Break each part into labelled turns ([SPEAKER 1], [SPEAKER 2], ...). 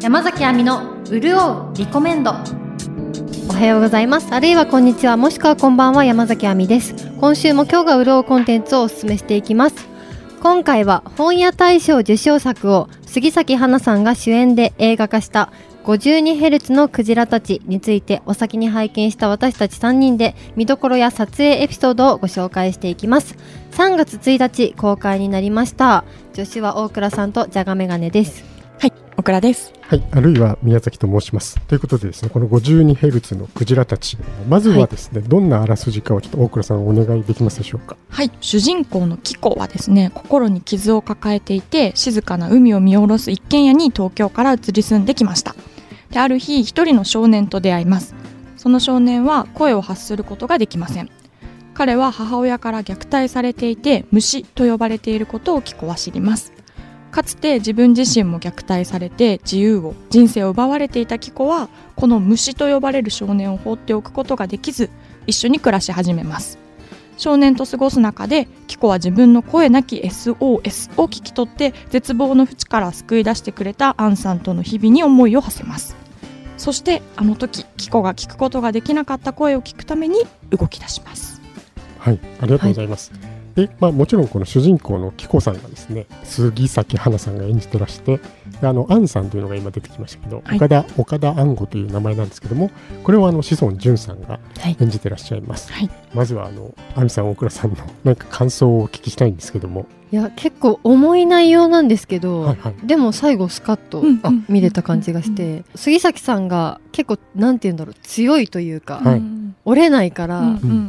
[SPEAKER 1] 山崎亜美の潤うリコメンド
[SPEAKER 2] おはようございますあるいはこんにちはもしくはこんばんは山崎亜美です今週も今日が潤うコンテンツをお勧めしていきます今回は本屋大賞受賞作を杉咲花さんが主演で映画化した 52Hz のクジラたちについてお先に拝見した私たち3人で見どころや撮影エピソードをご紹介していきます3月1日公開になりました助手は大倉さんとじゃがメガネです
[SPEAKER 3] はい、小倉です。
[SPEAKER 4] はい、あるいは宮崎と申します。ということでですね、この 52Hz のクジラたち、まずはですね、どんなあらすじかをちょっと大倉さんお願いできますでしょうか。
[SPEAKER 3] はい、主人公のキコはですね、心に傷を抱えていて、静かな海を見下ろす一軒家に東京から移り住んできました。で、ある日、一人の少年と出会います。その少年は声を発することができません。彼は母親から虐待されていて、虫と呼ばれていることをキコは知ります。かつて自分自身も虐待されて自由を人生を奪われていたキコはこの虫と呼ばれる少年を放っておくことができず一緒に暮らし始めます少年と過ごす中でキコは自分の声なき SOS を聞き取って絶望の淵から救い出してくれたアンさんとの日々に思いを馳せますそしてあの時キコが聞くことができなかった声を聞くために動き出します
[SPEAKER 4] はい、ありがとうございます。で、まあ、もちろんこの主人公の紀子さんがですね、杉咲花さんが演じてらして、であの、杏さんというのが今出てきましたけど、
[SPEAKER 3] はい
[SPEAKER 4] 岡田、岡田杏子という名前なんですけども、これはあの、志尊淳さんが
[SPEAKER 3] はい
[SPEAKER 4] 演じてらっしゃいます。
[SPEAKER 3] はい
[SPEAKER 4] まずはあの、亜美さん、大倉さんのなんか感想をお聞きしたいんですけども、
[SPEAKER 2] いや結構重い内容なんですけど、
[SPEAKER 4] はいはい。
[SPEAKER 2] でも最後スカッと
[SPEAKER 4] あ
[SPEAKER 2] 見れた感じがして、杉咲さんが結構なんて言うんだろう強いというか、
[SPEAKER 4] はい
[SPEAKER 2] 折れないから、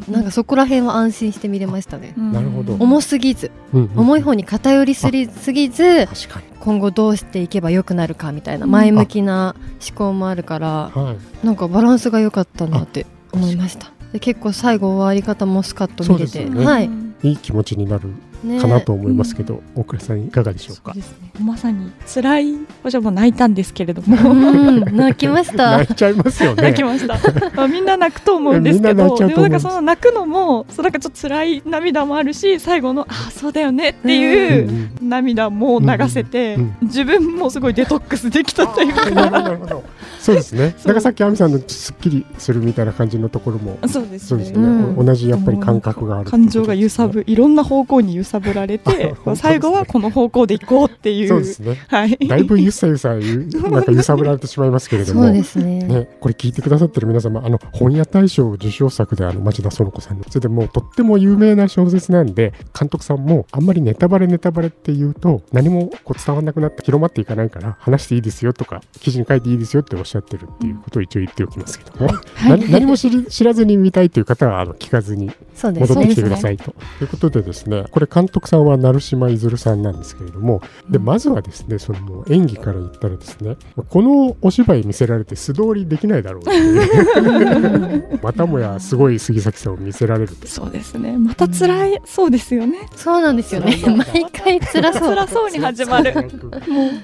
[SPEAKER 2] なんか
[SPEAKER 3] そ
[SPEAKER 2] そこら辺は安心して見れましたね、
[SPEAKER 4] なるほど
[SPEAKER 2] 重すぎず
[SPEAKER 4] うんうん
[SPEAKER 2] 重い方に偏りすぎすぎず
[SPEAKER 4] 確かに。
[SPEAKER 2] 今後どうしていけば良くなるかみたいな
[SPEAKER 3] うん
[SPEAKER 2] 前向きな思考もあるから
[SPEAKER 4] はい。
[SPEAKER 2] なんかバランスが良かったなって思いましたで結構最後終わり方もスカッと見れ
[SPEAKER 4] そう
[SPEAKER 2] て、
[SPEAKER 4] ですよね
[SPEAKER 2] はい
[SPEAKER 4] いい気持ちになる
[SPEAKER 2] ね
[SPEAKER 4] かなと思いますけど、大倉さんいかがでしょう
[SPEAKER 3] そう
[SPEAKER 4] か。
[SPEAKER 3] ですねまさに辛い私はもう泣いたんですけれど
[SPEAKER 2] う
[SPEAKER 3] も
[SPEAKER 2] ん泣きました
[SPEAKER 4] 泣いちゃいますよね
[SPEAKER 3] 泣き。ました、まあ、みんな泣くと思うんですけ
[SPEAKER 4] みんな泣
[SPEAKER 3] ど
[SPEAKER 4] いち
[SPEAKER 3] で
[SPEAKER 4] ゃうと
[SPEAKER 3] もな
[SPEAKER 4] 思
[SPEAKER 3] いん
[SPEAKER 4] ま
[SPEAKER 3] か
[SPEAKER 4] す
[SPEAKER 3] その泣くのもそうなんかちょっと辛い涙もあるし最後の「ああそうだよね」って
[SPEAKER 4] うん
[SPEAKER 3] いううん涙も流せて、
[SPEAKER 4] うんうん
[SPEAKER 3] 自分もすごいデトックスできたというか
[SPEAKER 4] なるほどなるほどそうですね。だ
[SPEAKER 3] そう
[SPEAKER 4] からさっき亜美さんのすっきりするみたいな感じのところも、
[SPEAKER 3] そうです
[SPEAKER 4] そうです
[SPEAKER 3] ね
[SPEAKER 4] ね。
[SPEAKER 2] うん
[SPEAKER 4] 同じやっぱり感覚があるっていう
[SPEAKER 3] 感
[SPEAKER 4] ことですね
[SPEAKER 3] 情が揺さぶいろんな方向に揺さぶられ
[SPEAKER 4] あ 本当
[SPEAKER 3] て
[SPEAKER 4] ですね
[SPEAKER 3] 最後はこの方向で行こうっていう
[SPEAKER 4] そうですね。
[SPEAKER 3] はい、
[SPEAKER 4] だいぶゆさゆさ ゆなんか揺さぶられてしまいますけれども。
[SPEAKER 2] そうですね
[SPEAKER 4] ね、これ聞いてくださってる皆様あの本屋大賞受賞作である町田園子さんのそれでもうとっても有名な小説なんで監督さんもあんまりネタバレネタバレって言うと何もこう伝わんなくなって広まっていかないから話していいですよとか記事に書いていいですよっておっしゃってるっていうことを一応言っておきますけども、
[SPEAKER 3] はい
[SPEAKER 4] な何 も知り知らずに見たいという方はあの聞かずに
[SPEAKER 2] そうです
[SPEAKER 4] 戻っ
[SPEAKER 2] ね
[SPEAKER 4] てきてくださいと。ということでですねこれ監督さんは成島いずるさんなんですけれどもでまずはですねその演技から言ったらですねこのお芝居見せられて素通りできないだろうっていう またもやすごい杉咲さんを見せられると。
[SPEAKER 3] そうですねまた辛い、そうですよね
[SPEAKER 2] そうなんですよね
[SPEAKER 4] 辛い
[SPEAKER 2] 毎回辛そう
[SPEAKER 3] 辛そうに始まる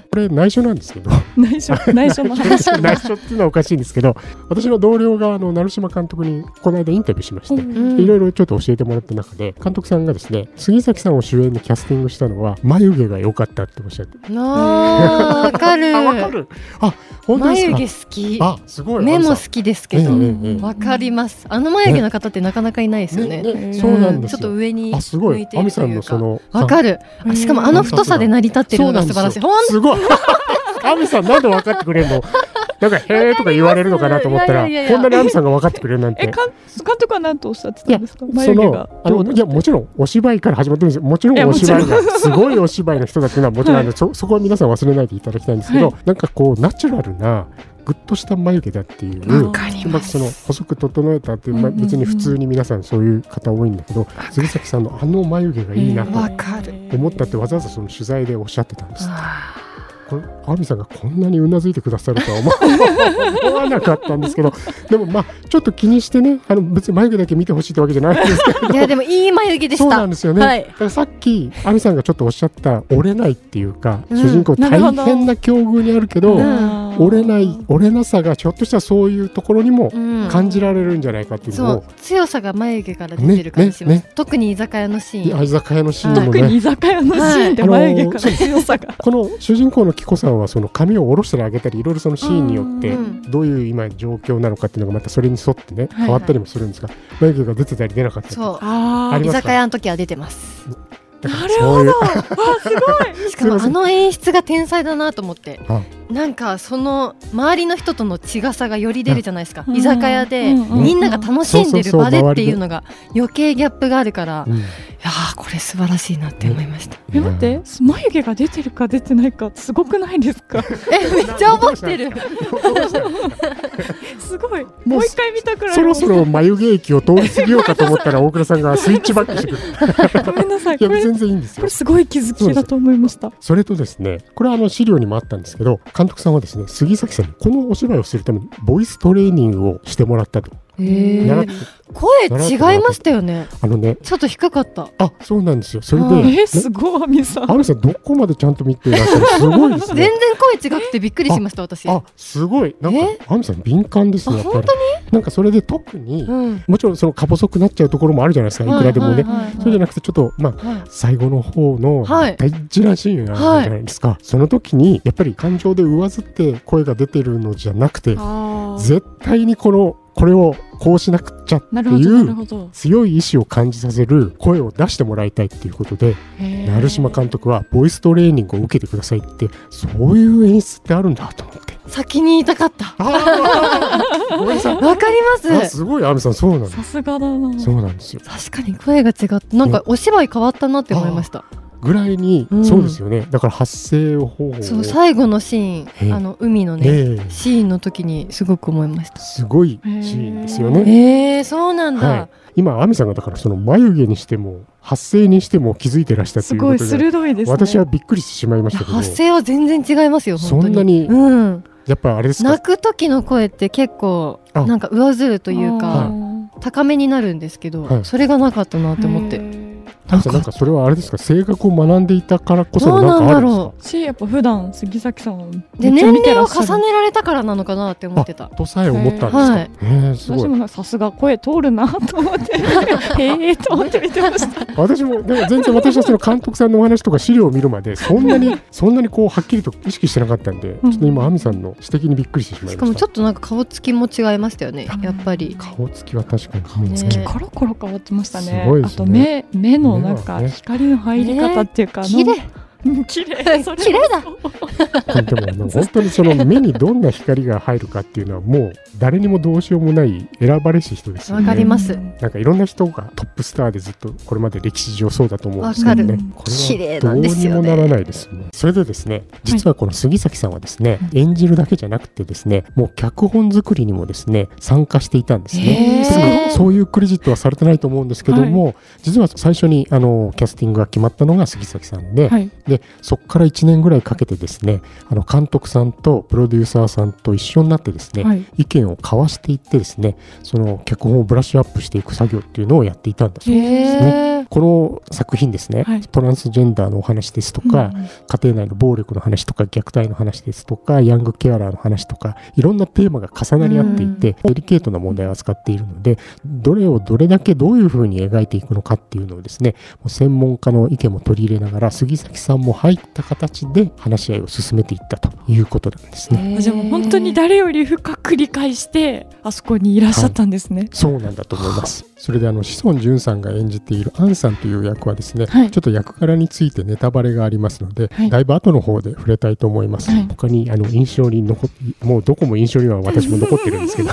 [SPEAKER 4] これ内緒なんですけ ど
[SPEAKER 3] 内緒内緒の話
[SPEAKER 4] 内緒っていうのはおかしいんですけど私の同僚があの成島監督にこの間インタビューしまして、
[SPEAKER 2] うん
[SPEAKER 4] いろいろちょっと教えてもらった中で監督さんがですね杉崎さんを主演にキャスティングしたのは眉毛が良かったっておっしゃって
[SPEAKER 2] なあわかる
[SPEAKER 4] あわかるあ本当です
[SPEAKER 2] 眉
[SPEAKER 4] か
[SPEAKER 2] 毛好き
[SPEAKER 4] あすごい
[SPEAKER 2] 目も好
[SPEAKER 4] アンさん
[SPEAKER 2] きですけど
[SPEAKER 4] ええええええ
[SPEAKER 2] わかりますあの眉毛の方ってなかなかいないですよね
[SPEAKER 4] ねねそうなんです
[SPEAKER 2] ちょ
[SPEAKER 4] よ
[SPEAKER 2] っと上に
[SPEAKER 4] あすご
[SPEAKER 2] 向
[SPEAKER 4] い
[SPEAKER 2] いてい
[SPEAKER 4] ア
[SPEAKER 2] る
[SPEAKER 4] ミ
[SPEAKER 2] と
[SPEAKER 4] さん
[SPEAKER 2] い
[SPEAKER 4] の
[SPEAKER 2] う
[SPEAKER 4] そ
[SPEAKER 2] か
[SPEAKER 4] の
[SPEAKER 2] わかるあしかもあの太さで成り立ってるのが素晴らしい
[SPEAKER 4] そう
[SPEAKER 2] ほん
[SPEAKER 4] なんですよすごい アミさんなんで分かってくれんのなんかへーとか言われるのかなと思ったら
[SPEAKER 2] いやいやいやいや
[SPEAKER 4] こんなにアミさんが分かってくれるなん
[SPEAKER 3] え
[SPEAKER 4] て
[SPEAKER 3] かん監督は何とおっしゃってたんですか
[SPEAKER 4] そ
[SPEAKER 3] 眉毛
[SPEAKER 4] の
[SPEAKER 3] が
[SPEAKER 4] あのいやもちろんお芝居から始まってるんですよもちろ
[SPEAKER 3] いや
[SPEAKER 4] んお
[SPEAKER 3] もちろ
[SPEAKER 4] 芝
[SPEAKER 3] ん
[SPEAKER 4] 居がすごいお芝居の人だっていうのはもちろんあの、そそこは皆さん忘れないでいただきたいんですけど、
[SPEAKER 3] は
[SPEAKER 4] なんかこうナチュラルなぐっとした眉毛だっていう
[SPEAKER 3] わかります
[SPEAKER 4] その細く整えたっていう、まあ、
[SPEAKER 3] うんうんうん
[SPEAKER 4] 別に普通に皆さんそういう方多いんだけど、杉崎さんのあの眉毛がいいな
[SPEAKER 2] わ
[SPEAKER 4] と
[SPEAKER 2] かる
[SPEAKER 4] 思ったってわざわざその取材でおっしゃってたんですって。これアミさんがこんなにうなずいてくださるとは思わ思わなかったんですけど でもまあちょっと気にしてねあの別に眉毛だけ見てほしいってわけじゃないんですけど
[SPEAKER 2] いやでもいい眉毛で
[SPEAKER 4] そ
[SPEAKER 2] し
[SPEAKER 4] うな
[SPEAKER 2] た
[SPEAKER 4] んですよね、
[SPEAKER 2] はい
[SPEAKER 4] だからさっき亜美さんがちょっとおっしゃった折れないっていうか、
[SPEAKER 2] うん
[SPEAKER 4] 主人公大変な境遇にあるけど、
[SPEAKER 3] うん
[SPEAKER 4] 折れない折れなさがひょっとしたらそういうところにも
[SPEAKER 2] うん
[SPEAKER 4] 感じられるんじゃないかっていうの
[SPEAKER 2] そ
[SPEAKER 4] を
[SPEAKER 2] う、強さが眉毛から出てる感じします、
[SPEAKER 4] ねね
[SPEAKER 2] 特に居酒屋のシ
[SPEAKER 4] い
[SPEAKER 2] ー
[SPEAKER 4] や
[SPEAKER 2] ン
[SPEAKER 4] 居酒屋のシーンも
[SPEAKER 3] 特
[SPEAKER 4] ね
[SPEAKER 3] に居酒屋のシーンで眉毛から強さが、
[SPEAKER 4] この主人公の紀子さんはその髪を下ろしたり上げたりいろいろそのシーンによって
[SPEAKER 2] うん
[SPEAKER 4] どういう今状況なのかっていうのがまたそれに沿ってね
[SPEAKER 3] いはい
[SPEAKER 4] 変わったりもするんですが眉毛が出てたり出なかったり
[SPEAKER 2] そう
[SPEAKER 4] あ
[SPEAKER 3] あ
[SPEAKER 4] り
[SPEAKER 2] 居
[SPEAKER 4] ますか
[SPEAKER 2] 酒屋の時は出てます
[SPEAKER 4] だか
[SPEAKER 3] な
[SPEAKER 4] ら
[SPEAKER 3] る
[SPEAKER 4] そ
[SPEAKER 3] ほ
[SPEAKER 4] うい
[SPEAKER 3] ど
[SPEAKER 4] う
[SPEAKER 3] わあすごい
[SPEAKER 2] しかも
[SPEAKER 4] すいませ
[SPEAKER 2] あ
[SPEAKER 4] ん
[SPEAKER 2] の演出が天才だなと思って
[SPEAKER 4] あ
[SPEAKER 2] なんかその周りの人との違さがより出るじゃないですか、
[SPEAKER 3] うん
[SPEAKER 2] 居酒屋で
[SPEAKER 3] うん
[SPEAKER 2] みんなが楽しんでる場で
[SPEAKER 4] そうそうそう
[SPEAKER 2] っていうのが余計ギャップがあるから、
[SPEAKER 4] うん
[SPEAKER 2] いやーこれ素晴らしいなって思いました、
[SPEAKER 3] え待って眉毛が出てるか出てないかすごくないですか
[SPEAKER 2] えめっちゃ覚えてる
[SPEAKER 3] すごい
[SPEAKER 4] も
[SPEAKER 3] も
[SPEAKER 4] う
[SPEAKER 3] う一回見たくらい
[SPEAKER 4] そろそろ眉毛液を通り過ぎようかと思ったら大倉さんがスイッチバッ クしてくる。
[SPEAKER 3] ごめんなさい
[SPEAKER 4] い
[SPEAKER 3] こ
[SPEAKER 4] や
[SPEAKER 3] れこ
[SPEAKER 4] 全然いいんですよ
[SPEAKER 3] れ。すごい気づきだと思いました
[SPEAKER 4] それとですね、これはあの資料にもあったんですけど、監督さんはですね、杉崎さんにこのお芝居をするためにボイストレーニングをしてもらったと。
[SPEAKER 2] へー
[SPEAKER 4] 習って
[SPEAKER 2] 声違いましたよね
[SPEAKER 4] あのね、
[SPEAKER 2] ちょっと低かった
[SPEAKER 4] あ、そうなんですよ。それ
[SPEAKER 2] あ
[SPEAKER 4] で、
[SPEAKER 3] えすごい亜美さん
[SPEAKER 4] アミさんどこまでちゃんと見ていらっしゃる。すごいです
[SPEAKER 2] 全
[SPEAKER 4] ね
[SPEAKER 2] 然。声違くてびっくりしました私
[SPEAKER 4] あ、すごい。なんか
[SPEAKER 2] え
[SPEAKER 4] アミさん敏感です
[SPEAKER 2] あ
[SPEAKER 4] ね。やっぱ
[SPEAKER 2] 本
[SPEAKER 4] り。なんかそれで特に、
[SPEAKER 2] うん
[SPEAKER 4] もちろんそのか細くなっちゃうところもあるじゃないですか。いくらでもね。
[SPEAKER 2] はいはいはい
[SPEAKER 4] そうじゃなくてちょっとまあ
[SPEAKER 2] はい
[SPEAKER 4] 最後の方の
[SPEAKER 2] はい
[SPEAKER 4] 大事なシーンがあるじゃないですか、その時にやっぱり感情で上ずって声が出てるのじゃなくて
[SPEAKER 3] あー
[SPEAKER 4] 絶対にこのこれをこうしなくっちゃって
[SPEAKER 3] なるほどないる
[SPEAKER 4] う
[SPEAKER 3] ほど
[SPEAKER 4] 強い意志を感じさせる声を出してもらいたいっていうことで成島監督はボイストレーニングを受けてくださいってそういう演出ってあるんだと思って
[SPEAKER 2] 先に言いたかった
[SPEAKER 4] あ ーごめんなさい
[SPEAKER 2] わかりま
[SPEAKER 4] あ
[SPEAKER 2] す
[SPEAKER 4] すごいアミさんそうなんです
[SPEAKER 3] さすがだな
[SPEAKER 4] そうなんですよ
[SPEAKER 2] 確かに声が違ったなんかお芝居変わったなって思いました
[SPEAKER 4] ぐらいに、
[SPEAKER 2] うん
[SPEAKER 4] そうですよねだから発声方法を
[SPEAKER 2] そう最後のシー
[SPEAKER 4] ええ
[SPEAKER 2] ンあの海のね
[SPEAKER 4] ええ
[SPEAKER 2] シーンの時にすごく思いました
[SPEAKER 4] すごいシーンですよね。
[SPEAKER 2] えー、そうなんだ、
[SPEAKER 4] はい、今、亜美さんがだからその眉毛にしても発声にしても気づいてらしたと
[SPEAKER 3] す
[SPEAKER 4] いう
[SPEAKER 3] ご
[SPEAKER 4] こ
[SPEAKER 3] い
[SPEAKER 4] とで
[SPEAKER 3] 鋭いですね
[SPEAKER 4] 私はびっくりしてしまいま
[SPEAKER 2] い
[SPEAKER 4] し
[SPEAKER 2] や
[SPEAKER 4] たけ
[SPEAKER 2] 発
[SPEAKER 4] ど
[SPEAKER 2] 声は全然違いますよ本当に
[SPEAKER 4] そんなに
[SPEAKER 2] うん、
[SPEAKER 4] やっぱりあれですか
[SPEAKER 2] 泣く時の声って結構
[SPEAKER 4] あ
[SPEAKER 2] なんか上ずるという
[SPEAKER 4] は
[SPEAKER 2] か
[SPEAKER 4] い
[SPEAKER 2] 高めになるんですけど、
[SPEAKER 4] はい
[SPEAKER 2] それがなかったなって思って
[SPEAKER 4] 亜美さんなんかそれはあれですか性格を学んでいたからこそのなんかあるん
[SPEAKER 2] どう
[SPEAKER 4] です
[SPEAKER 2] なん
[SPEAKER 4] か
[SPEAKER 3] しやっぱ普段杉崎さんを
[SPEAKER 2] で
[SPEAKER 3] めっちゃ
[SPEAKER 2] 年
[SPEAKER 3] 見て
[SPEAKER 2] 齢
[SPEAKER 3] ら
[SPEAKER 2] を
[SPEAKER 3] っしゃる
[SPEAKER 2] 重ねられたからなのかなって思ってた
[SPEAKER 4] とさえ思ったんですか、
[SPEAKER 2] はい
[SPEAKER 4] えーすご
[SPEAKER 3] 私
[SPEAKER 4] い
[SPEAKER 3] もさすが声通るなと思ってへえと思って見てました
[SPEAKER 4] 私もでも全然私はその監督さんのお話とか資料を見るまでそん なにそんなにこうはっきりと意識してなかったんでちょっと今亜美さんの指摘にびっくりしてしまい
[SPEAKER 2] し
[SPEAKER 4] ま
[SPEAKER 2] か
[SPEAKER 4] し
[SPEAKER 2] も
[SPEAKER 4] た
[SPEAKER 2] ちょっとなんか顔つきも違いましたよね
[SPEAKER 3] あ
[SPEAKER 2] やっぱり
[SPEAKER 4] 顔つきは確かに顔
[SPEAKER 2] つきね
[SPEAKER 3] コロコロ変わってましたね
[SPEAKER 4] すごいで
[SPEAKER 3] あ
[SPEAKER 4] す
[SPEAKER 3] と
[SPEAKER 4] ね
[SPEAKER 3] 目目のなんか
[SPEAKER 4] 目はね
[SPEAKER 3] 光の入り方っていうか、
[SPEAKER 2] 綺麗
[SPEAKER 3] 麗綺麗それ
[SPEAKER 2] 綺麗だ
[SPEAKER 4] でもあの本当にその目にどんな光が入るかっていうのはもう誰にもどうしようもない選ばれし人ですよ
[SPEAKER 2] わかり
[SPEAKER 4] ね。
[SPEAKER 2] ます
[SPEAKER 4] なんかいろんな人がトップスターでずっとこれまで歴史上そうだと思うんですけど
[SPEAKER 3] わ
[SPEAKER 4] ね
[SPEAKER 3] かる
[SPEAKER 4] こ
[SPEAKER 2] 綺
[SPEAKER 4] れ
[SPEAKER 2] 麗
[SPEAKER 4] は
[SPEAKER 2] な
[SPEAKER 4] ど
[SPEAKER 2] ん
[SPEAKER 4] う
[SPEAKER 2] です
[SPEAKER 4] に
[SPEAKER 2] よ
[SPEAKER 4] も
[SPEAKER 2] ね
[SPEAKER 4] ならないですよね。それでですね実はこの杉崎さんはですね、演じるだけじゃなくてですねもう脚本作りにもですね参加していたんですね。
[SPEAKER 2] へー
[SPEAKER 4] すぐそういうクレジットはされてないと思うんですけども、実は最初にあのキャスティングが決まったのが杉崎さんで、
[SPEAKER 3] はい
[SPEAKER 4] でそこから1年ぐらいかけてですねあの監督さんとプロデューサーさんと一緒になってですね、
[SPEAKER 3] はい
[SPEAKER 4] 意見を交わしていってですねその脚本をブラッシュアップしていく作業っていうのをやっていたんだそう
[SPEAKER 2] へー
[SPEAKER 4] この作品ですね、
[SPEAKER 3] はい
[SPEAKER 4] トランスジェンダーのお話ですと
[SPEAKER 3] うん
[SPEAKER 4] か、家庭内の暴力の話とか虐待の話ですとかヤングケアラーの話とかいろんなテーマが重なり合っていて、デリケートな問題を扱っているのでどれをどれだけどういうふうに描いていくのかっていうのをですねもう専門家の意見も取り入れながら杉崎さんも入った形で話し合いを進めていったということなんですね。
[SPEAKER 2] へー
[SPEAKER 3] じゃあもう本当に誰より深く理解してあそこにいらっしゃったんですね、
[SPEAKER 4] そうなんだと思います。 それであの志尊淳さんが演じているアンさんという役はですね、
[SPEAKER 3] はい
[SPEAKER 4] ちょっと役柄についてネタバレがありますので、
[SPEAKER 3] はい
[SPEAKER 4] だいぶ後の方で触れたいと思います。
[SPEAKER 3] はい
[SPEAKER 4] 他にあの印象に残っもうどこも印象には私も残ってるんですけど、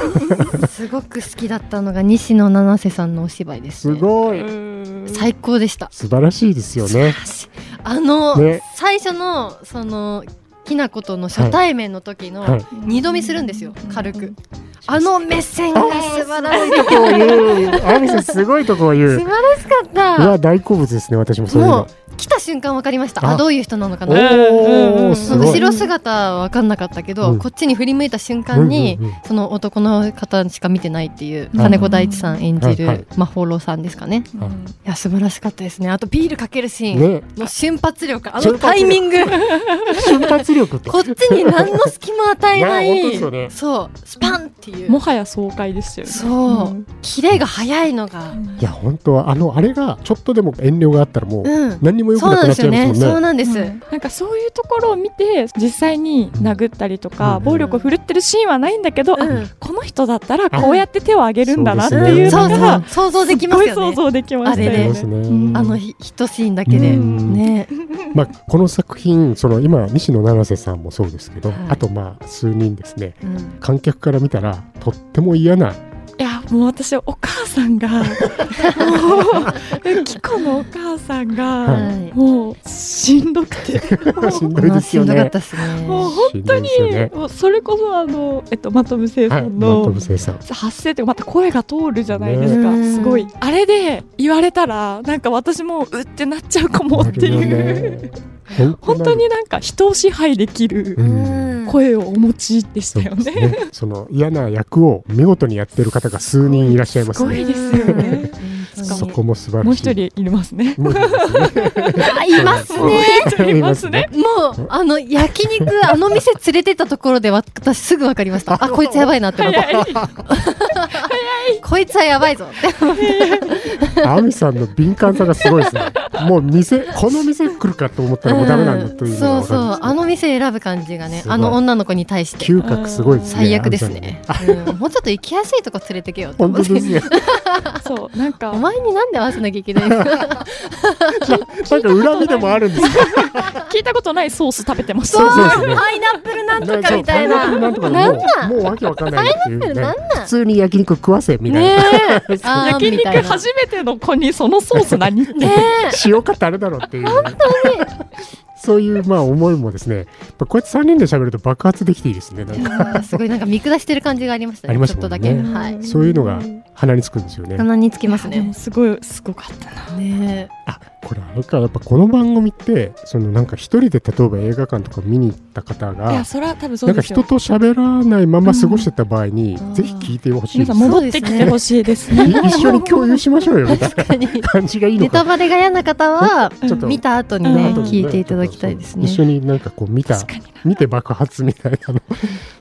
[SPEAKER 2] すごく好きだったのが西野七瀬さんのお芝居です、
[SPEAKER 4] す
[SPEAKER 2] ね、
[SPEAKER 4] ご
[SPEAKER 3] う
[SPEAKER 4] い
[SPEAKER 3] ーん
[SPEAKER 2] 最高でした
[SPEAKER 4] 素晴らしいですよね。
[SPEAKER 2] あの、
[SPEAKER 4] ね
[SPEAKER 2] 最初のそのきなことの初対面の時の、
[SPEAKER 4] はい。
[SPEAKER 2] 二度見するんですよ軽くあの目線が素晴らしか
[SPEAKER 4] とこを言う、アミさんすごいとこを言
[SPEAKER 2] 素 晴
[SPEAKER 4] う。
[SPEAKER 2] らしかっ
[SPEAKER 4] う
[SPEAKER 2] た
[SPEAKER 4] わ大好物ですね私もそういう
[SPEAKER 2] も
[SPEAKER 4] の。
[SPEAKER 2] う来た瞬間わかりましたあ
[SPEAKER 4] あ
[SPEAKER 2] どういう人なのか
[SPEAKER 4] お
[SPEAKER 2] な
[SPEAKER 3] う
[SPEAKER 4] ー
[SPEAKER 3] んうんうん
[SPEAKER 4] すごい
[SPEAKER 2] 後ろ姿は分かんなかったけど、
[SPEAKER 4] うん
[SPEAKER 2] こっちに振り向いた瞬間に、
[SPEAKER 4] うんうんうん
[SPEAKER 2] その男の方しか見てないっていう
[SPEAKER 3] うん
[SPEAKER 2] 金子大地さん演じ
[SPEAKER 4] はいはい
[SPEAKER 2] るまほろさんですかね
[SPEAKER 4] はい
[SPEAKER 3] うん
[SPEAKER 2] いや素晴らしかったですねあとビールかけるシーン、
[SPEAKER 4] ね
[SPEAKER 2] の瞬発力あ
[SPEAKER 4] 瞬
[SPEAKER 2] の
[SPEAKER 4] 発
[SPEAKER 2] タ
[SPEAKER 4] 力
[SPEAKER 2] イミング
[SPEAKER 4] 瞬発力って
[SPEAKER 2] こっちに何の隙間与えない
[SPEAKER 4] いや本当ですよね
[SPEAKER 2] そうスパンっていう
[SPEAKER 3] もはや爽快でしたよね。
[SPEAKER 2] そう、
[SPEAKER 3] ん
[SPEAKER 2] キレが早いのが
[SPEAKER 4] いや本当はあのあれがちょっとでも遠慮があったらもう
[SPEAKER 2] うん
[SPEAKER 4] 何にも良く
[SPEAKER 2] そう
[SPEAKER 4] な
[SPEAKER 2] なんで
[SPEAKER 4] くなっ
[SPEAKER 2] す
[SPEAKER 4] ちゃい
[SPEAKER 2] よ
[SPEAKER 4] ますも
[SPEAKER 2] ね
[SPEAKER 4] んね。
[SPEAKER 2] そうなんです、
[SPEAKER 3] うんなんかそういうところを見て実際に殴ったりとか、
[SPEAKER 4] うん
[SPEAKER 3] 暴力を振るってるシーンはないんだけど、あ
[SPEAKER 2] うん
[SPEAKER 3] この人だったらこうやって手を挙げるんだなって
[SPEAKER 4] そう
[SPEAKER 3] いう
[SPEAKER 4] です
[SPEAKER 2] そ
[SPEAKER 3] の
[SPEAKER 2] う
[SPEAKER 4] ね
[SPEAKER 2] そ
[SPEAKER 3] が、
[SPEAKER 2] う想像でき
[SPEAKER 3] す
[SPEAKER 2] ま
[SPEAKER 3] ご
[SPEAKER 2] す
[SPEAKER 3] い
[SPEAKER 2] よ
[SPEAKER 3] 想
[SPEAKER 2] ね
[SPEAKER 3] 像できました
[SPEAKER 2] あれ
[SPEAKER 3] よ
[SPEAKER 2] で
[SPEAKER 3] ね。
[SPEAKER 4] うん
[SPEAKER 2] あのひ一シーンだけで、
[SPEAKER 3] うん
[SPEAKER 2] ね
[SPEAKER 4] まあ、この作品その今西野七瀬さんもそうですけど、
[SPEAKER 2] はい
[SPEAKER 4] あとまあ数人ですね
[SPEAKER 2] うん
[SPEAKER 4] 観客から見たらとっても嫌ない
[SPEAKER 3] やもう私お母 さんがもうキコのお母さんが
[SPEAKER 4] は
[SPEAKER 2] はい
[SPEAKER 3] もうしんどくて
[SPEAKER 4] しんどい
[SPEAKER 2] ま
[SPEAKER 4] で
[SPEAKER 2] あ
[SPEAKER 4] す
[SPEAKER 2] し
[SPEAKER 4] よ
[SPEAKER 2] んどかっ
[SPEAKER 4] ね
[SPEAKER 2] た。ですね。
[SPEAKER 3] もう
[SPEAKER 4] し
[SPEAKER 3] 本
[SPEAKER 4] んど
[SPEAKER 3] 当
[SPEAKER 4] いですよ
[SPEAKER 3] に、
[SPEAKER 4] ね
[SPEAKER 3] もうそれこそあのえっとまとむせい
[SPEAKER 4] は
[SPEAKER 3] さ
[SPEAKER 4] い、
[SPEAKER 3] ん
[SPEAKER 4] マ
[SPEAKER 3] の、
[SPEAKER 4] トブセイさん。
[SPEAKER 3] 発声ってまた声が通るじゃないですか、
[SPEAKER 2] ね
[SPEAKER 3] すごいあれで言われたらなんか私もううってなっちゃうかもっていう、
[SPEAKER 4] なるよね。
[SPEAKER 3] 本当になんか人を支配でき
[SPEAKER 4] う
[SPEAKER 3] る
[SPEAKER 4] ん
[SPEAKER 3] 声をお持ちでし
[SPEAKER 4] そ
[SPEAKER 3] た
[SPEAKER 4] う
[SPEAKER 3] よ
[SPEAKER 4] です
[SPEAKER 3] ね。
[SPEAKER 4] ね。 その嫌な役を見事にやってる方が数人いらっしゃいます
[SPEAKER 3] ご
[SPEAKER 4] ね。
[SPEAKER 3] いですよね。
[SPEAKER 2] うん
[SPEAKER 3] しか
[SPEAKER 4] そこも素晴らしい。
[SPEAKER 3] もう一人いますね。
[SPEAKER 4] もう一人ですね。
[SPEAKER 2] あいますね。
[SPEAKER 3] いますね。
[SPEAKER 2] もうあの焼肉あの店連れてったところで私すぐ分かりましたあこいつやばいなって思っ
[SPEAKER 3] 早い。
[SPEAKER 2] たこいつはやばいぞって
[SPEAKER 4] アミさんの敏感さがすごいですね。もう店この店来るかと思ったらもうダメなんだというのが
[SPEAKER 2] そう
[SPEAKER 4] わか
[SPEAKER 2] そ
[SPEAKER 4] るんで
[SPEAKER 2] う
[SPEAKER 4] すね
[SPEAKER 2] あの店選ぶ感じがね
[SPEAKER 4] すごい
[SPEAKER 2] あの女の子に対して
[SPEAKER 4] 嗅覚すごいですね。
[SPEAKER 2] 最悪です
[SPEAKER 4] アミさん
[SPEAKER 2] ね、うんもうちょっと行きやすいとこ連れてけよって
[SPEAKER 4] 本
[SPEAKER 2] 思っ
[SPEAKER 4] 当
[SPEAKER 2] て
[SPEAKER 4] ですね。
[SPEAKER 3] そうなんか
[SPEAKER 2] お前になんで合わせなきゃいけないの
[SPEAKER 4] なんか恨みでもあるんですか。
[SPEAKER 3] 聞いたことないソース食べてました。
[SPEAKER 4] そうそうですね。
[SPEAKER 2] パイナップルなんとかみたい
[SPEAKER 4] パイナップ
[SPEAKER 2] な
[SPEAKER 4] ルなんとか
[SPEAKER 2] なん
[SPEAKER 4] もうもうわけわかんないっていうね
[SPEAKER 2] パイナップルなんなん
[SPEAKER 4] 普通に焼肉食わせみたい
[SPEAKER 2] ね
[SPEAKER 4] な。
[SPEAKER 2] えあー
[SPEAKER 3] 焼
[SPEAKER 2] み
[SPEAKER 3] 肉
[SPEAKER 2] たいな
[SPEAKER 3] 初めての子にそのソース何って。
[SPEAKER 2] ね
[SPEAKER 4] 塩かあれだろうっていう。そういうまあ思いもですね。やっぱこうやって三人で喋ると爆発できていいですね。なん
[SPEAKER 2] え
[SPEAKER 4] か
[SPEAKER 2] あーすごいなんか見下してる感じがありました
[SPEAKER 4] あ
[SPEAKER 2] ね
[SPEAKER 4] りまし
[SPEAKER 2] ち
[SPEAKER 4] た
[SPEAKER 2] ょっ
[SPEAKER 4] も
[SPEAKER 2] と
[SPEAKER 4] ん
[SPEAKER 2] だ
[SPEAKER 4] ね
[SPEAKER 2] けはい
[SPEAKER 4] そういうのが鼻につくんですよね。
[SPEAKER 2] 鼻につきます
[SPEAKER 3] で
[SPEAKER 2] ね
[SPEAKER 3] もすごいすごかったな。
[SPEAKER 2] ねえ
[SPEAKER 4] あこれあれかやっぱこの番組ってそのなんか一人で例えば映画館とか見に行った方
[SPEAKER 3] い
[SPEAKER 4] が
[SPEAKER 3] やそれは多分そ
[SPEAKER 4] な
[SPEAKER 3] うん
[SPEAKER 4] か
[SPEAKER 3] です
[SPEAKER 4] 人
[SPEAKER 3] よ。
[SPEAKER 4] と喋らないまま過ごしてた場合に、
[SPEAKER 2] うん
[SPEAKER 4] ぜひ聞いてほしい
[SPEAKER 3] 皆
[SPEAKER 4] です
[SPEAKER 3] さん戻ってきてほしいです ね。
[SPEAKER 4] い一緒に共有しましょうよみたい
[SPEAKER 2] 確かに
[SPEAKER 4] な感じがいいの
[SPEAKER 2] ネタ
[SPEAKER 4] か
[SPEAKER 2] バレが嫌な方は
[SPEAKER 4] ちょっと
[SPEAKER 2] 見た後にね
[SPEAKER 3] うん
[SPEAKER 2] 聞いていただきたいですね
[SPEAKER 4] 一。緒になんかこう見た
[SPEAKER 3] 確かに
[SPEAKER 4] 見て爆発みたいなの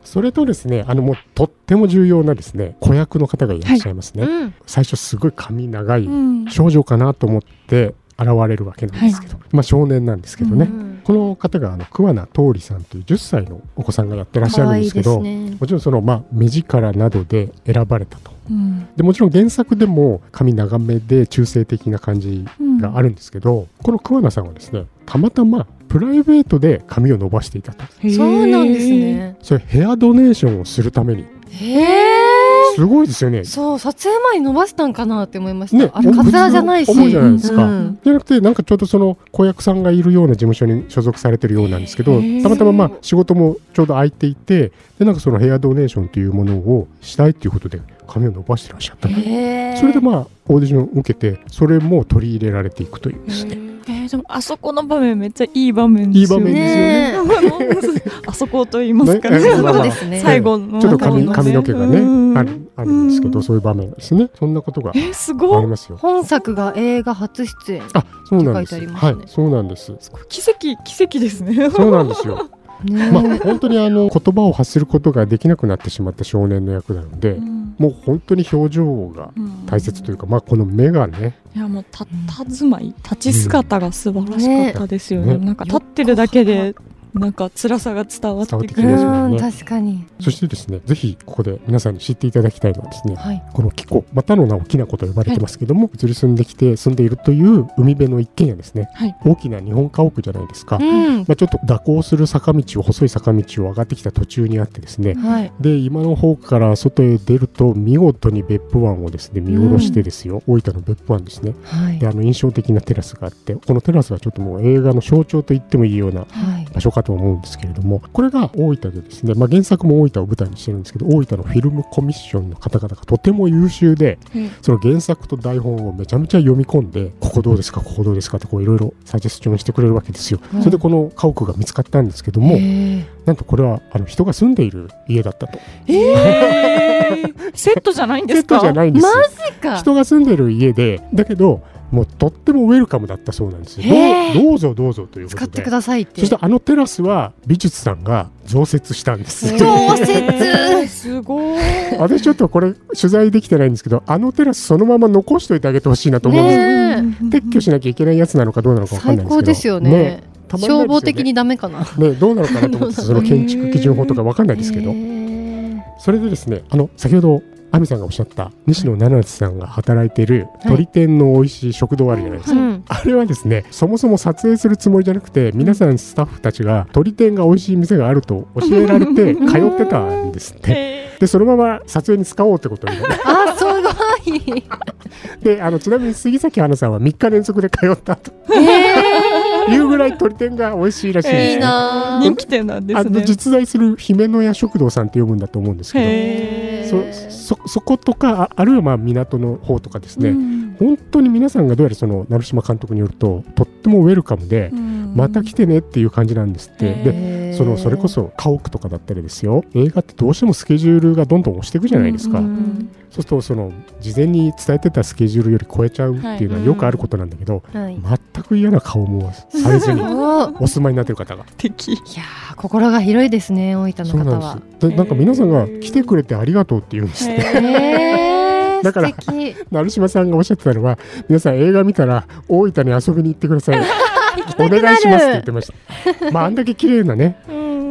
[SPEAKER 4] それとですねあのもうとっても重要なですね子役の方がいらっしゃいますね、
[SPEAKER 2] うん
[SPEAKER 4] 最初すごい髪長い
[SPEAKER 3] な。うん。
[SPEAKER 4] 少女かなと思って現れるわけなんですけど、まあ少年なんですけどね、
[SPEAKER 2] うん
[SPEAKER 4] この方があの桑名桃李さんという10歳のお子さんがやってらっし
[SPEAKER 2] 可
[SPEAKER 4] ゃるん
[SPEAKER 2] 愛
[SPEAKER 4] で
[SPEAKER 2] い
[SPEAKER 4] すけ
[SPEAKER 2] です
[SPEAKER 4] ど
[SPEAKER 2] ね。
[SPEAKER 4] もちろんその、まあ、目力などで選ばれたと
[SPEAKER 3] うん。
[SPEAKER 4] でもちろん原作でも髪長めで中性的な感じがあるんですけど、この桑名さんはですねたまたまプライベートで髪を伸ばしていたと
[SPEAKER 3] へー
[SPEAKER 2] そうなんです。ね。
[SPEAKER 4] それヘアドネーションをするために
[SPEAKER 2] へえ。
[SPEAKER 4] すごいですよね
[SPEAKER 2] そう撮影前に伸ばしたんかなって思いまし
[SPEAKER 4] ね
[SPEAKER 2] た。あれカツラじゃないし。
[SPEAKER 4] 思うじゃないですか
[SPEAKER 2] うん
[SPEAKER 4] じゃなくてなんかちょうどその子役さんがいるような事務所に所属されてるようなんですけど
[SPEAKER 3] へー
[SPEAKER 4] たまたままあ仕事もちょうど空いていてでなんかそのヘアドネーションというものをしたいということで髪を伸ばしてらっしゃった
[SPEAKER 2] へえ。
[SPEAKER 4] それでまあオーディションを受けてそれも取り入れられていくというですね
[SPEAKER 3] えー、でもあそこの場面めっちゃいい場面ですよ
[SPEAKER 4] いい場面
[SPEAKER 3] ね。
[SPEAKER 2] ねえ。
[SPEAKER 3] あそこと言いますか
[SPEAKER 4] ね
[SPEAKER 3] ね。
[SPEAKER 4] あそこ
[SPEAKER 2] ですね
[SPEAKER 3] 最後の
[SPEAKER 4] ちょっと髪
[SPEAKER 3] 最後
[SPEAKER 4] 髪の毛がね
[SPEAKER 3] うん
[SPEAKER 4] あるあるんですけ
[SPEAKER 3] う
[SPEAKER 4] ど
[SPEAKER 3] ん
[SPEAKER 4] そういう場面ですねそんなことが
[SPEAKER 3] えー、す
[SPEAKER 4] あ
[SPEAKER 3] ご
[SPEAKER 4] り
[SPEAKER 3] い。
[SPEAKER 4] ますよ
[SPEAKER 2] 本作が映画初出演。
[SPEAKER 4] あそうなんです
[SPEAKER 2] って書いてあります
[SPEAKER 4] は
[SPEAKER 2] ね
[SPEAKER 4] いそうなんです
[SPEAKER 3] すごい奇跡奇跡ですね。
[SPEAKER 4] そうなんですよ
[SPEAKER 2] ね
[SPEAKER 4] まあ 本当にあの言葉を発することができなくなってしまった少年の役なので、
[SPEAKER 3] うん
[SPEAKER 4] もう本当に表情が大切というか、まあこの目がね、
[SPEAKER 3] いやもうたたずまい立ち姿が素晴らしかったですよね。
[SPEAKER 4] ね
[SPEAKER 3] なんか立ってるだけでなんか辛さが伝わってく
[SPEAKER 4] 伝わってきま
[SPEAKER 3] る
[SPEAKER 4] す。よ
[SPEAKER 2] う
[SPEAKER 4] ね
[SPEAKER 2] ん確かに。
[SPEAKER 4] そしてですね、ぜひここで皆さんに知っていただきたいのはですね、
[SPEAKER 2] はい。
[SPEAKER 4] このキコ、またの名をきなこと呼ばれてますけども、移り住んできて住んでいるという海辺の一軒家ですね、
[SPEAKER 3] はい
[SPEAKER 4] 大きな日本家屋じゃないですか。
[SPEAKER 2] うん。
[SPEAKER 4] まあ、ちょっと蛇行する坂道を細い坂道を上がってきた途中にあってですね、
[SPEAKER 2] はい。
[SPEAKER 4] で今の方から外へ出ると見事に別府湾をですね見下ろしてですよ、大分の別府湾ですね
[SPEAKER 2] はい
[SPEAKER 4] で。あの印象的なテラスがあってこのテラスはちょっともう映画の象徴と言ってもいいような
[SPEAKER 2] はい。
[SPEAKER 4] 場所かかと思うんですけれどもこれが大分でですね、まあ、原作も大分を舞台にしてるんですけど大分のフィルムコミッションの方々がとても優秀で
[SPEAKER 3] うん
[SPEAKER 4] その原作と台本をめちゃめちゃ読み込んでここどうですかここどうですかってこういろいろサジェスチョンしてくれるわけですよ。
[SPEAKER 3] うん
[SPEAKER 4] それでこの家屋が見つかったんですけどもなんとこれはあの人が住んでいる家だったと。
[SPEAKER 3] えー、 セットじゃないんで
[SPEAKER 4] セッ
[SPEAKER 3] す
[SPEAKER 4] ト
[SPEAKER 3] か
[SPEAKER 4] じゃないんです
[SPEAKER 2] マ
[SPEAKER 4] よ。
[SPEAKER 2] ジか
[SPEAKER 4] 人が住んでる家でだけどもうとってもウェルカムだったそうなんですよ。
[SPEAKER 2] へー
[SPEAKER 4] どうどうぞどうぞというこ
[SPEAKER 2] 使
[SPEAKER 4] と
[SPEAKER 2] って
[SPEAKER 4] で
[SPEAKER 2] く。ださいって
[SPEAKER 4] そしてあのテラスは美術さんが増設したんです。
[SPEAKER 2] 超設
[SPEAKER 3] えーすごい
[SPEAKER 4] 私ちょっとこれ取材できてないんですけどあのテラスそのまま残しといてあげてほしいなと思うんです
[SPEAKER 2] ねえ
[SPEAKER 4] 撤去しなきゃいけないやつなのかどうなのかわかん
[SPEAKER 2] 最
[SPEAKER 4] ないんですけ
[SPEAKER 2] 高
[SPEAKER 4] ど
[SPEAKER 2] ですよね
[SPEAKER 4] たまんないですよね
[SPEAKER 2] 消防的にダメかな
[SPEAKER 4] ねどうなのかなと思ってその建築基準法とかわかんないですけど
[SPEAKER 2] へー
[SPEAKER 4] それでですねあの先ほど亜美さんがおっしゃった西野七瀬さんが働いている鳥天の美味しい食堂あるじゃないですか、
[SPEAKER 2] うん
[SPEAKER 4] あれはですねそもそも撮影するつもりじゃなくて皆さんスタッフたちが鳥天が美味しい店があると教えられて通ってたんですって。
[SPEAKER 3] え
[SPEAKER 4] でそのまま撮影に使おうってことになる
[SPEAKER 2] あすごい
[SPEAKER 4] であのちなみに杉咲花さんは3日連続で通ったというぐらい鳥天が美味しいらしいです、ね
[SPEAKER 2] いいなー
[SPEAKER 3] ー人気店なんで
[SPEAKER 4] あ
[SPEAKER 3] す
[SPEAKER 4] の
[SPEAKER 3] ね。
[SPEAKER 4] 実在する姫野屋食堂さんって読むんだと思うんですけ
[SPEAKER 3] へ
[SPEAKER 4] ど
[SPEAKER 3] ー
[SPEAKER 4] そそそことかああるいはまあ港の方とかですね、
[SPEAKER 3] うん
[SPEAKER 4] 本当に皆さんがどうやらその成島監督によるととってもウェルカムで、また来てねっていう感じなんですって。で
[SPEAKER 2] へー
[SPEAKER 4] そのそれこそ家屋とかだったりですよ映画ってどうしてもスケジュールがどんどん押していくじゃないですか、
[SPEAKER 2] うん
[SPEAKER 4] そうするとその事前に伝えてたスケジュールより超えちゃうっていうのはよくあることなんだけど、
[SPEAKER 2] はい、
[SPEAKER 4] 全く嫌な顔もされ ずに
[SPEAKER 2] お
[SPEAKER 4] お住まいになってる 方が
[SPEAKER 3] 敵。
[SPEAKER 2] いやー心が広いですね大分
[SPEAKER 4] そう
[SPEAKER 2] の
[SPEAKER 4] な
[SPEAKER 2] 方
[SPEAKER 4] ん
[SPEAKER 2] は
[SPEAKER 4] ですよでなんか皆さんが来てくれてありがとうって言うんですって、
[SPEAKER 2] へー
[SPEAKER 4] だから
[SPEAKER 2] 素敵
[SPEAKER 4] 成島さんがおっしゃってたのは皆さん映画見たら大分に遊びに行ってくださいお願いしますって言ってましたまああんだけ綺麗なね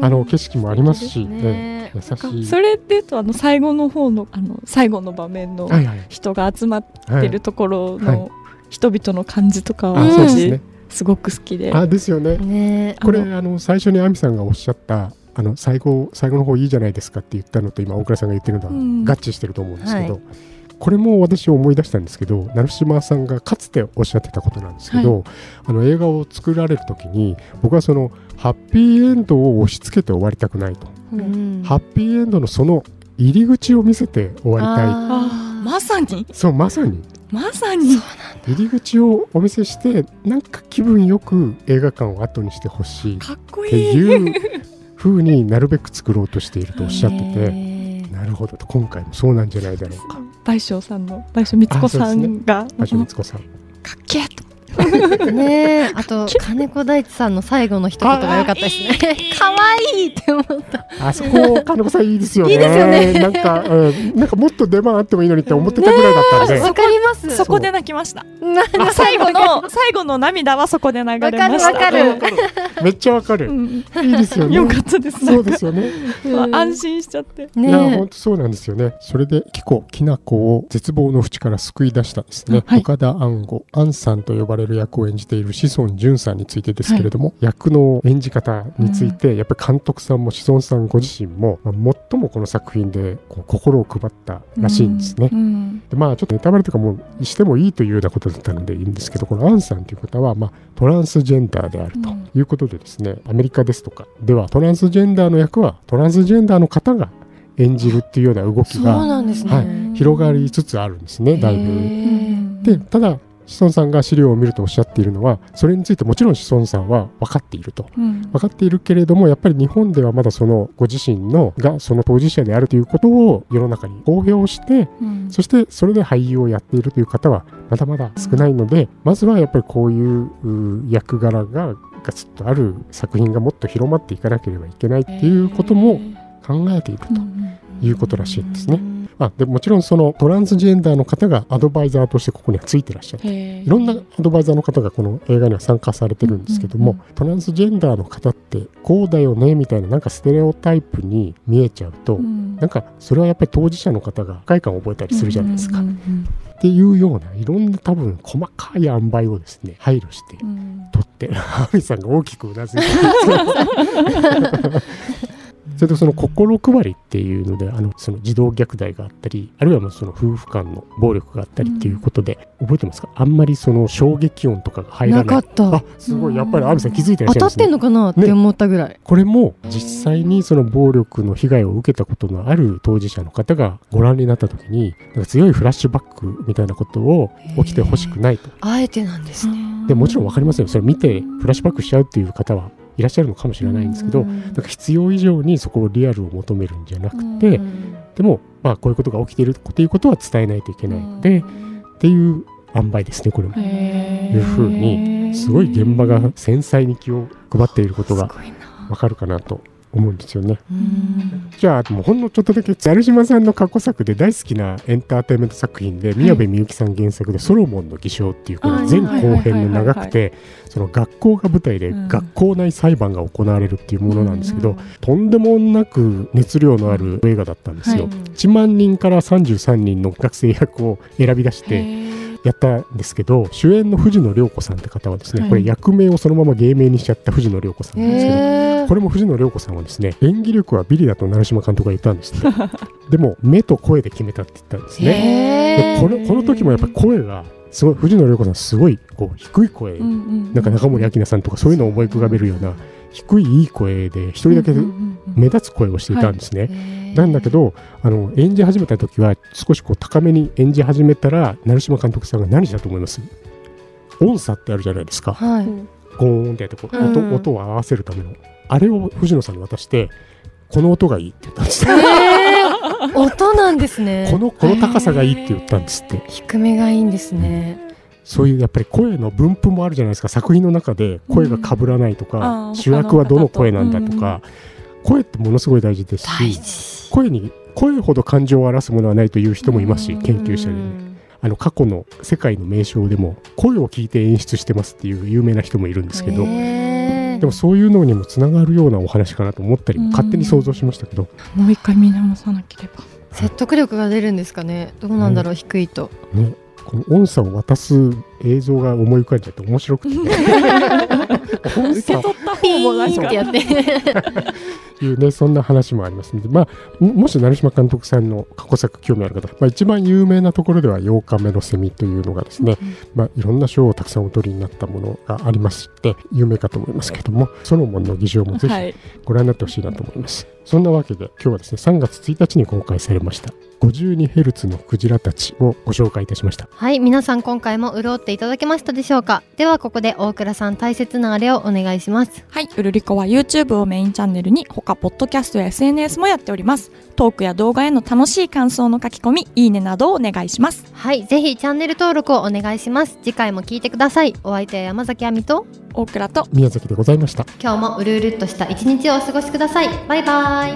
[SPEAKER 4] あの景色もありますし、
[SPEAKER 2] 素敵ですね
[SPEAKER 4] ね優しい
[SPEAKER 3] それで言うとあの最後の方のあの最後の場面の
[SPEAKER 4] はいはい
[SPEAKER 3] 人が集まっ
[SPEAKER 4] は
[SPEAKER 3] て
[SPEAKER 4] い
[SPEAKER 3] るところ
[SPEAKER 4] は
[SPEAKER 3] の人々の感じとかは
[SPEAKER 4] あそうです
[SPEAKER 3] 私
[SPEAKER 4] ね
[SPEAKER 3] すごく好きで。
[SPEAKER 4] あですよね
[SPEAKER 2] ね
[SPEAKER 4] これ
[SPEAKER 3] あ
[SPEAKER 4] あの最初に亜美さんがおっしゃったあの最後最後の方いいじゃないですかって言ったのと今大倉さんが言ってるのは
[SPEAKER 3] うん
[SPEAKER 4] 合致してると思うんですけど、これも私思い出したんですけど成島さんがかつておっしゃってたことなんですけど、あの映画を作られる時に僕はそのハッピーエンドを押し付けて終わりたくないと、
[SPEAKER 3] う
[SPEAKER 2] うんん
[SPEAKER 4] ハッピーエンドのその入り口を見せて終わりたい
[SPEAKER 3] あーまさに
[SPEAKER 4] そうまさに
[SPEAKER 3] まさに
[SPEAKER 4] 入り口をお見せしてなんか気分よく映画館を後にしてほしいっ
[SPEAKER 3] かっこ
[SPEAKER 4] て
[SPEAKER 3] いい。
[SPEAKER 4] いう風になるべく作ろうとしているとおっしゃって
[SPEAKER 2] へ
[SPEAKER 4] て。
[SPEAKER 2] ー
[SPEAKER 4] なるほどと今回もそうなんじゃないだろうか。
[SPEAKER 3] 倍賞さんの倍賞光子さんが
[SPEAKER 4] 橋光子さん。
[SPEAKER 3] かっけえと
[SPEAKER 2] ねえあ と金子大地さんの最後の一言が良かったですね可愛いって思った
[SPEAKER 4] あそこ、金子さんいいですよ ね。
[SPEAKER 2] いいですよね
[SPEAKER 4] なんか、うんなんかもっと出番あってもいいのにって思ってたぐらいだったんで。
[SPEAKER 2] わかります
[SPEAKER 3] そこで泣きました。
[SPEAKER 2] な
[SPEAKER 3] あ最後の最後の涙はそこで流れまし
[SPEAKER 2] わ
[SPEAKER 3] た。
[SPEAKER 2] かるわか
[SPEAKER 4] めっちゃわか
[SPEAKER 3] う
[SPEAKER 4] る。
[SPEAKER 3] ん
[SPEAKER 4] いいですよね。
[SPEAKER 3] よかったです。
[SPEAKER 4] そうですよね。
[SPEAKER 3] なんか安心しちゃって。
[SPEAKER 4] いや、
[SPEAKER 2] ね
[SPEAKER 4] 本当そうなんですよね。それで、キコ、きなこを絶望の淵から救い出したですね。
[SPEAKER 3] はい
[SPEAKER 4] 岡田安吾、安さんと呼ばれる役を演じている志尊淳さんについてですけれども、役の演じ方について、やっぱり監督さんも志尊さんご自身も、まあ、最もこの作品でこう心を配ったらしいんですね。
[SPEAKER 3] うん
[SPEAKER 4] でまあちょっとネタバレとかもしてもいいというようなことだったのでいいんですけどこのアンさんという方は、まあ、トランスジェンダーであるということでですね、アメリカですとかではトランスジェンダーの役はトランスジェンダーの方が演じるっていうような動き
[SPEAKER 2] そう
[SPEAKER 4] が
[SPEAKER 2] なんですね、
[SPEAKER 4] はい
[SPEAKER 2] へ
[SPEAKER 4] 広がりつつあるんですね
[SPEAKER 2] ー
[SPEAKER 4] だいぶ。でただ志尊さんが資料を見るとおっしゃっているのはそれについてもちろん志尊さんは分かっていると
[SPEAKER 3] うん
[SPEAKER 4] 分かっているけれどもやっぱり日本ではまだそのご自身のがその当事者であるということを世の中に公表して
[SPEAKER 3] うん
[SPEAKER 4] そしてそれで俳優をやっているという方はまだまだ少ないので、まずはやっぱりこういうう役柄がガツッとある作品がもっと広まっていかなければいけないっていうことも考えているということらしいんですね。まあ、でもちろんそのトランスジェンダーの方がアドバイザーとしてここにはついてらっしゃる。
[SPEAKER 3] へー
[SPEAKER 4] いろんなアドバイザーの方がこの映画には参加されてるんですけども、
[SPEAKER 3] うん
[SPEAKER 4] トランスジェンダーの方ってこうだよねみたいななんかステレオタイプに見えちゃうと、
[SPEAKER 3] うん
[SPEAKER 4] なんかそれはやっぱり当事者の方が不快感を覚えたりするじゃないですか
[SPEAKER 3] う。ん
[SPEAKER 4] っていうようないろんな多分細かい塩梅をですね配慮して
[SPEAKER 3] うんうん
[SPEAKER 4] 撮ってハーミさんが大きくうなずいてるそれとその心配りっていうのであのその児童虐待があったりあるいはもうその夫婦間の暴力があったりっていうことで、覚えてますかあんまりその衝撃音とかが入らな
[SPEAKER 2] ないかった
[SPEAKER 4] あすごいやっぱりアビさん気づいて
[SPEAKER 2] 当
[SPEAKER 4] らっしゃる
[SPEAKER 2] た
[SPEAKER 4] んで
[SPEAKER 2] っ
[SPEAKER 4] す
[SPEAKER 2] て
[SPEAKER 4] ね
[SPEAKER 2] んのかなって思ったぐらい、
[SPEAKER 4] これも実際にその暴力の被害を受けたことのある当事者の方がご覧になった時になんか強いフラッシュバックみたいなことを起きてほしくないと
[SPEAKER 2] あえてなんですね
[SPEAKER 4] でもちろん分かりますよそれ見てフラッシュバックしちゃうっていう方はいらっしゃるのかもしれないんですけどなんか必要以上にそこをリアルを求めるんじゃなくてでもまあこういうことが起きているっていうことは伝えないといけないのでっていう塩梅ですねこれも。
[SPEAKER 3] へー
[SPEAKER 4] いうふうにすごい現場が繊細に気を配っていることが
[SPEAKER 3] すごいな
[SPEAKER 4] わかるかなと思うんですよね。
[SPEAKER 3] うん
[SPEAKER 4] じゃあもうほんのちょっとだけ猿島さんの過去作で大好きなエンターテインメント作品で宮部みゆきさん原作で「ソロモンの偽証」っていうこ
[SPEAKER 3] あ
[SPEAKER 4] の
[SPEAKER 3] ー
[SPEAKER 4] 前後編の長くてその学校が舞台で
[SPEAKER 3] うん
[SPEAKER 4] 学校内裁判が行われるっていうものなんですけどとんでもなく熱量のある映画だったんですよ
[SPEAKER 3] は。
[SPEAKER 4] 1万人から33人の学生役を選び出してやったんですけど主演の藤野涼子さんって方はですね、
[SPEAKER 3] はい
[SPEAKER 4] これ役名をそのまま芸名にしちゃった藤野涼子さんなんですけど、
[SPEAKER 2] へー
[SPEAKER 4] これも藤野涼子さんはですね演技力はビリだと成島監督が言ったんですってでも目と声で決めたって言ったんですね、
[SPEAKER 2] へ
[SPEAKER 4] でこのこの時もやっぱり声がすごい藤野涼子さんすごいこう低い声、
[SPEAKER 3] うんうん
[SPEAKER 4] なんか中森明菜さんとかそういうのを思い浮かべるような低いいい声で一人だけ
[SPEAKER 3] うんうんうんうん
[SPEAKER 4] 目立つ声をしていたんですね、
[SPEAKER 2] ー
[SPEAKER 4] なんだけどあの演じ始めた時は少しこう高めに演じ始めたら成島監督さんが何したと思います音差ってあるじゃないですか
[SPEAKER 2] はい、
[SPEAKER 4] ゴーンってやってこう
[SPEAKER 3] うん
[SPEAKER 4] 音,、音を合わせるためのあれを藤野さんに渡してこの音がいいって言ったんですって
[SPEAKER 2] えー、 音なんですね
[SPEAKER 4] このこの高さがいいって言ったんですって
[SPEAKER 2] 低めがいいんですね、
[SPEAKER 4] そういうやっぱり声の分布もあるじゃないですか作品の中で声が被らないと
[SPEAKER 3] うん
[SPEAKER 4] か、
[SPEAKER 3] あー
[SPEAKER 4] 主役はどの声なんだとか、声ってものすごい大事ですし
[SPEAKER 2] 大事
[SPEAKER 4] 声に声ほど感情を表すものはないという人もいますし研究者でね、あの過去の世界の名称でも声を聞いて演出してますっていう有名な人もいるんですけど、
[SPEAKER 2] へー
[SPEAKER 4] でもそういうのにもつながるようなお話かなと思ったり
[SPEAKER 3] うん
[SPEAKER 4] 勝手に想像しましたけど、
[SPEAKER 3] もう一回見直さなければ
[SPEAKER 2] 説得力が出るんですかねどうなんだろう、低いと
[SPEAKER 4] ね、この音差を渡す映像が思い浮かんじゃって面白くて音
[SPEAKER 3] 受け
[SPEAKER 4] 差
[SPEAKER 3] 取った
[SPEAKER 2] ピ
[SPEAKER 3] 方もなん
[SPEAKER 2] ーンっ
[SPEAKER 3] か
[SPEAKER 2] てやって
[SPEAKER 4] っていうねそんな話もありますので、 まあ、ももし成島監督さんの過去作興味ある方、まあ、一番有名なところでは「8日目のセミ」というのがですね、まあ、いろんな賞をたくさんお取りになったものがありまして有名かと思いますけどもソロモンの議場もぜひ
[SPEAKER 3] はい
[SPEAKER 4] ご覧になってほしいなと思います。そんなわけで今日はですね3月1日に公開されました 52Hz のクジラたちをご紹介いたしました。
[SPEAKER 2] はい皆さん今回も潤っていただけましたでしょうかではここで大倉さん大切なあれをお願いします
[SPEAKER 3] はい、うるりこは YouTube をメインチャンネルに他ポッドキャストや SNS もやっておりますトークや動画への楽しい感想の書き込みいいねなどをお願いします
[SPEAKER 2] はいぜひチャンネル登録をお願いします次回も聞いてくださいお相手は山崎亜美と
[SPEAKER 3] 大倉と
[SPEAKER 4] 宮崎でございました。
[SPEAKER 2] 今日もうるうるっとした一日をお過ごしくださいバイバイ